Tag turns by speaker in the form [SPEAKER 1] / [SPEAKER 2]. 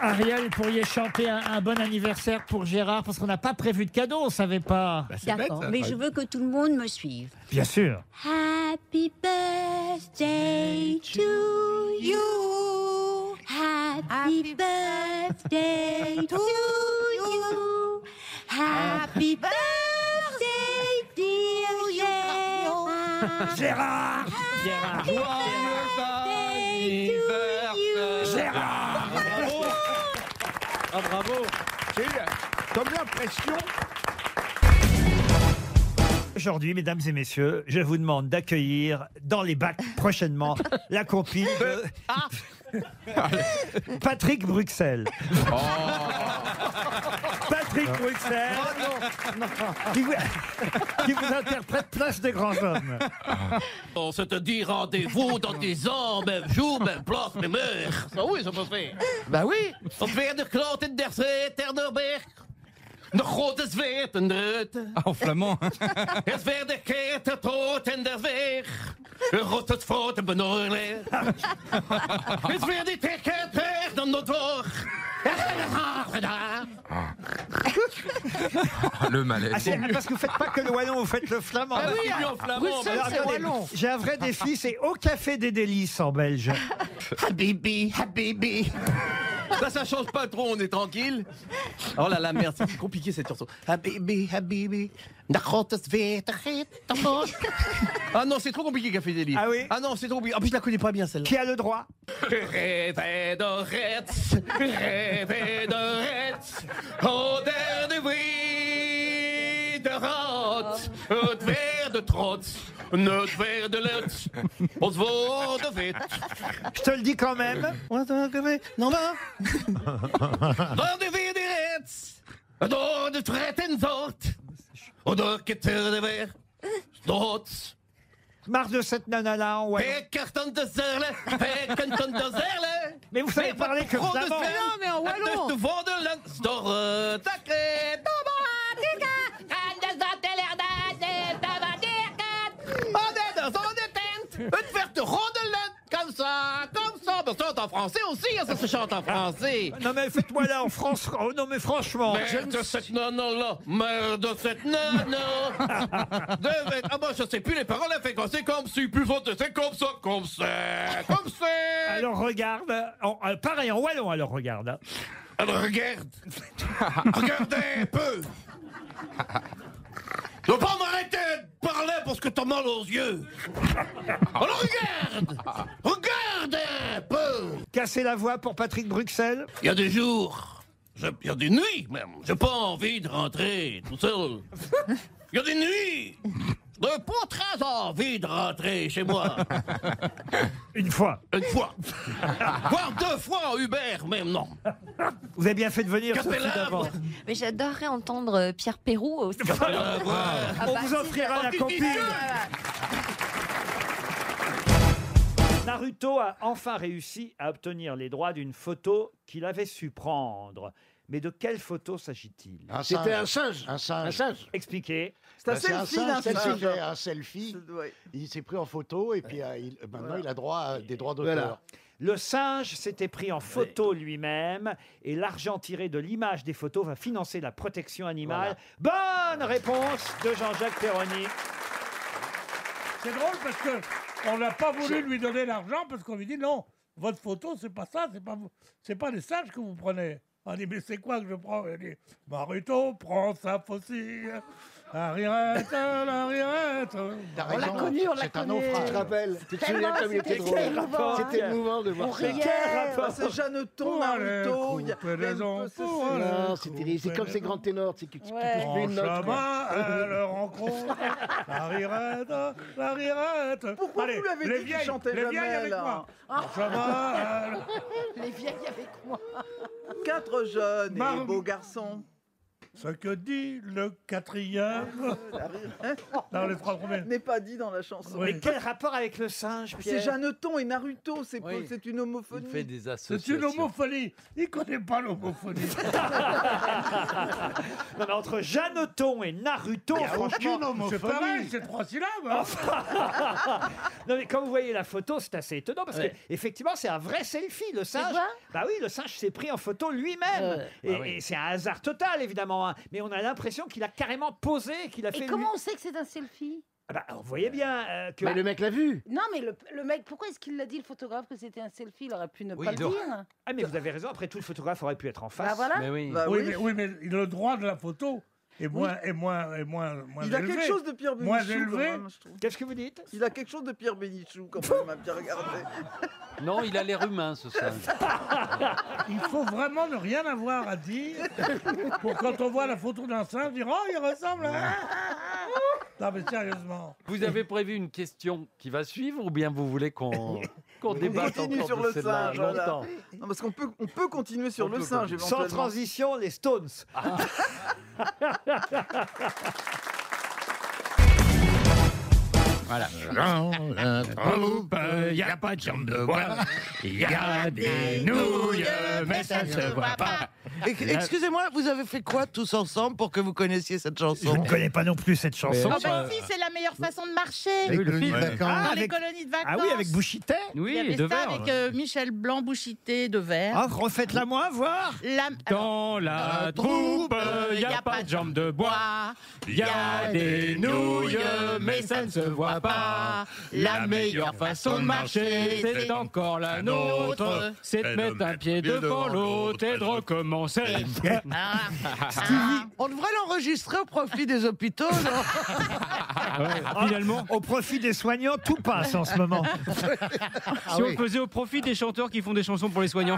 [SPEAKER 1] Ariel, pourriez chanter un, un bon anniversaire pour Gérard parce qu'on n'a pas prévu de cadeau, on savait pas.
[SPEAKER 2] D'accord, mais je veux que tout le monde me suive.
[SPEAKER 1] Bah, Bien sûr.
[SPEAKER 2] Happy birthday to you. Happy birthday to you. Happy birthday, dear Gérard.
[SPEAKER 1] Gérard Gérard Gérard
[SPEAKER 3] Comme l'impression.
[SPEAKER 1] Aujourd'hui, mesdames et messieurs, je vous demande d'accueillir dans les bacs prochainement la compile de Ah. Patrick Bruxelles. Patrick Bruxelles Oh, qui, vous, qui vous interprète place des grands hommes.
[SPEAKER 4] On se te dit rendez-vous dans 10 ans, même jour, même place, même heure. Ça oui, ça peut faire.
[SPEAKER 5] Bah oui.
[SPEAKER 4] Op verder kloot in der zee, ter de berg. De grote zweet en reuten.
[SPEAKER 5] En flamand.
[SPEAKER 1] hein.
[SPEAKER 4] Het verder keert het rood en der weg. Rot het voort en benoorlijk. Het verder keert weg dan de door.
[SPEAKER 6] Le
[SPEAKER 1] Ah,
[SPEAKER 6] malaise.
[SPEAKER 1] c'est- parce que vous faites pas que le wallon, vous faites le flamand.
[SPEAKER 5] Ah,
[SPEAKER 1] Alors, attendez, J'ai un vrai défi, c'est au café des délices en Belge.
[SPEAKER 4] Habibi, Habibi. Ça, ça change pas trop, on est tranquille. Oh là là, merde, c'est compliqué cette chanson. Habibi, Habibi. Da grote zweet, da geet, da boos. Ah non, c'est trop compliqué, Café Délire.
[SPEAKER 1] Ah oui
[SPEAKER 4] Ah non, c'est trop compliqué. En plus, je la connais pas bien celle-là.
[SPEAKER 1] Qui a le droit
[SPEAKER 4] Rêver de Retz, rêver de Retz, au der de Vrie, de Rotz, het weer de trots, het weer de luts, ons woord de wit.
[SPEAKER 1] Je te le dis quand même.
[SPEAKER 4] Non,
[SPEAKER 1] bah, hein.
[SPEAKER 4] va Rendez-vous de Retz, door de Trettenzoort, door Ketter de Weer, Stots.
[SPEAKER 1] Marre de cette nana-là en wallon.
[SPEAKER 4] Pekerton de Zerle, Pekerton de Zerle.
[SPEAKER 1] Mais vous savez parler hein. que
[SPEAKER 4] Gros de
[SPEAKER 1] flamand.
[SPEAKER 4] Zerle.
[SPEAKER 5] mais en
[SPEAKER 4] Attache de vent de l'Inde. Store, tacré, tomatica. On est dans une tente. Une verte rondelette. Comme ça, comme ça. Mais ça, c'est en français aussi. hein, Ça se chante en français.
[SPEAKER 1] Non mais faites-moi là en France. Oh non mais franchement.
[SPEAKER 4] Merde de cette nana là, merde de cette nana. Devait... Ah bah je sais plus les paroles, elle fait quand c'est comme si, plus fort c'est comme ça, comme c'est, comme c'est.
[SPEAKER 1] Alors regarde. En- euh, pareil en wallon alors regarde. hein.
[SPEAKER 4] Alors regarde Regardez un peu Je veux pas m'arrêter de parler parce que t'as mal aux yeux Alors regarde Regarde un peu
[SPEAKER 1] Casser la voix pour Patrick Bruxelles.
[SPEAKER 4] Il y a des jours, je- il y a des nuits même, j'ai pas envie de rentrer tout seul. Il y a des nuits j'ai pas très envie de rentrer chez moi.
[SPEAKER 1] Une fois.
[SPEAKER 4] Une fois. Voire deux fois en Uber, même non.
[SPEAKER 1] Vous avez bien fait de venir.
[SPEAKER 4] Casser
[SPEAKER 1] Sophie,
[SPEAKER 4] la
[SPEAKER 1] d'abord.
[SPEAKER 4] voix.
[SPEAKER 2] Mais j'adorerais entendre euh, Pierre Pérou aussi.
[SPEAKER 7] Ah bah
[SPEAKER 1] On vous offrira la compile. Naruto a enfin réussi à obtenir les droits d'une photo qu'il avait su prendre. Mais de quelle photo s'agit-il
[SPEAKER 7] C'était un singe. Un singe.
[SPEAKER 1] Expliquez.
[SPEAKER 7] Ah. Bah, C'est un selfie d'un singe. C'était
[SPEAKER 8] hein.
[SPEAKER 7] un selfie. Il s'est pris en photo et puis euh, il- euh, maintenant il a droit à des droits d'auteur.
[SPEAKER 1] Le singe s'était pris en photo lui-même et l'argent tiré de l'image des photos va financer la protection animale. Bonne réponse de Jean-Jacques Perroni.
[SPEAKER 9] C'est drôle parce que on n'a pas voulu lui donner l'argent parce qu'on lui dit non, votre photo c'est pas ça, c'est pas vous- c'est pas les sages que vous prenez. On dit mais c'est quoi que je prends Il dit Maruto prend sa fossile. Arirette, l'arirette.
[SPEAKER 7] T'as raison, C'est un naufrage.
[SPEAKER 8] Tu te souviens comme il était drôle C'était émouvant de voir ça.
[SPEAKER 9] Riait.
[SPEAKER 5] ah,
[SPEAKER 8] C'est Jeanneton, Naruto, il y a même pas ce- Non, c'était- C'est comme ces grands ténors, tu sais, qui qui poussent plus
[SPEAKER 9] En
[SPEAKER 8] une note. quoi.
[SPEAKER 9] chemin, elle rencontre la rirette, la rirette.
[SPEAKER 10] Pourquoi
[SPEAKER 9] Allez,
[SPEAKER 10] vous l'avez
[SPEAKER 9] les
[SPEAKER 10] dit qu'il
[SPEAKER 9] vieilles,
[SPEAKER 10] chantait
[SPEAKER 9] les
[SPEAKER 10] jamais, Ah.
[SPEAKER 9] vieilles avec
[SPEAKER 10] là
[SPEAKER 9] moi. En chemin, elle-
[SPEAKER 10] Quatre jeunes et
[SPEAKER 9] Mar-
[SPEAKER 10] beaux garçons.
[SPEAKER 9] ce que dit le quatrième.
[SPEAKER 5] Ah,
[SPEAKER 9] Non, les trois premiers.
[SPEAKER 5] hein. N'est pas dit dans la chanson.
[SPEAKER 9] Oui.
[SPEAKER 1] Mais quel rapport avec le singe,
[SPEAKER 5] C'est
[SPEAKER 1] Pierre
[SPEAKER 5] Jeanneton et Naruto, c'est
[SPEAKER 6] Oui.
[SPEAKER 5] c'est une
[SPEAKER 6] Il
[SPEAKER 5] homophonie.
[SPEAKER 6] fait des
[SPEAKER 9] C'est
[SPEAKER 6] associations.
[SPEAKER 9] une homophonie. Il connaît pas l'homophonie.
[SPEAKER 1] Non, mais entre Jeanneton et Naruto, franchement.
[SPEAKER 9] C'est pareil, c'est trois syllabes. hein.
[SPEAKER 1] Non, mais quand vous voyez la photo, c'est assez étonnant parce
[SPEAKER 6] Ouais.
[SPEAKER 1] que effectivement, c'est un vrai selfie. Le singe.
[SPEAKER 11] vrai
[SPEAKER 1] Bah oui, le singe s'est pris en photo lui-même.
[SPEAKER 2] Euh.
[SPEAKER 6] Ouais.
[SPEAKER 1] Et,
[SPEAKER 6] Ah oui.
[SPEAKER 1] et c'est un hasard total, évidemment. hein. Mais on a l'impression qu'il a carrément posé, qu'il a fait.
[SPEAKER 2] Et
[SPEAKER 1] lui-
[SPEAKER 2] comment on sait que c'est un selfie
[SPEAKER 1] Ah bah, vous voyez bien euh, que.
[SPEAKER 6] Bah,
[SPEAKER 12] Mais le mec l'a vu.
[SPEAKER 2] Non, mais le, le mec, pourquoi est-ce qu'il l'a dit, le photographe, que c'était un selfie Il aurait pu ne
[SPEAKER 6] Oui,
[SPEAKER 2] pas
[SPEAKER 6] il
[SPEAKER 2] le
[SPEAKER 6] aurait-
[SPEAKER 2] dire.
[SPEAKER 1] Ah, mais vous avez raison. Après tout, le photographe aurait pu être en face.
[SPEAKER 2] Bah voilà.
[SPEAKER 6] Mais oui.
[SPEAKER 5] Bah
[SPEAKER 9] oui,
[SPEAKER 5] oui.
[SPEAKER 9] mais, oui, mais le droit de la photo est moins, est moins, est moins, moins
[SPEAKER 5] Il a
[SPEAKER 9] élevé.
[SPEAKER 5] quelque chose de Pierre
[SPEAKER 9] Moins
[SPEAKER 5] Bénichou, quand
[SPEAKER 9] élevé.
[SPEAKER 5] même, je trouve.
[SPEAKER 1] Qu'est-ce que vous dites
[SPEAKER 5] Il a quelque chose de Pierre Bénichou, quand même, à bien regarder.
[SPEAKER 6] Non, il a l'air humain, ce singe.
[SPEAKER 9] Il faut vraiment ne rien avoir à dire pour quand on voit la photo d'un singe dire Oh, il ressemble à. Non, mais sérieusement.
[SPEAKER 6] Vous avez prévu une question qui va suivre ou bien vous voulez qu'on qu'on débatte
[SPEAKER 5] continue
[SPEAKER 6] encore
[SPEAKER 5] sur
[SPEAKER 6] de
[SPEAKER 5] le
[SPEAKER 6] celle-là
[SPEAKER 5] singe, voilà.
[SPEAKER 6] longtemps
[SPEAKER 5] Non, parce qu'on peut, on peut continuer sur
[SPEAKER 6] On
[SPEAKER 5] le
[SPEAKER 6] peut
[SPEAKER 5] singe,
[SPEAKER 6] continuer.
[SPEAKER 1] Sans
[SPEAKER 5] éventuellement.
[SPEAKER 1] transition, les Stones.
[SPEAKER 6] Voilà.
[SPEAKER 10] Il n'y a pas de jambe de bois, il y a des nouilles, mais ça se voit pas.
[SPEAKER 4] Excusez-moi, vous avez fait quoi tous ensemble pour que vous connaissiez cette chanson
[SPEAKER 9] connais pas non plus cette chanson.
[SPEAKER 6] Ah
[SPEAKER 2] bah si, c'est la meilleure façon de marcher.
[SPEAKER 6] Oui, le film.
[SPEAKER 10] Ah,
[SPEAKER 1] hein. Ah,
[SPEAKER 2] Dans les colonies de vacances.
[SPEAKER 1] Bouchité
[SPEAKER 2] Il y avait
[SPEAKER 6] Oui, de
[SPEAKER 2] ça
[SPEAKER 6] verre.
[SPEAKER 2] avec euh, Michel Blanc, bouchité de verre.
[SPEAKER 1] Ah, refaites-la moi, voir
[SPEAKER 2] La...
[SPEAKER 10] Ah,
[SPEAKER 2] euh,
[SPEAKER 10] Dans la troupe, il n'y a pas de jambe de bois,
[SPEAKER 2] Ah,
[SPEAKER 10] il y a des nouilles, mais ça ne se voit pas. La meilleure façon de marcher, c'est encore la nôtre. C'est de mettre un pied devant l'autre et de recommencer.
[SPEAKER 4] On devrait l'enregistrer au profit des hôpitaux, non
[SPEAKER 6] Ah
[SPEAKER 1] Finalement, Ah, au profit des soignants, tout passe en ce moment.
[SPEAKER 4] Ah
[SPEAKER 10] Si on le faisait au profit des chanteurs qui font des chansons pour les soignants.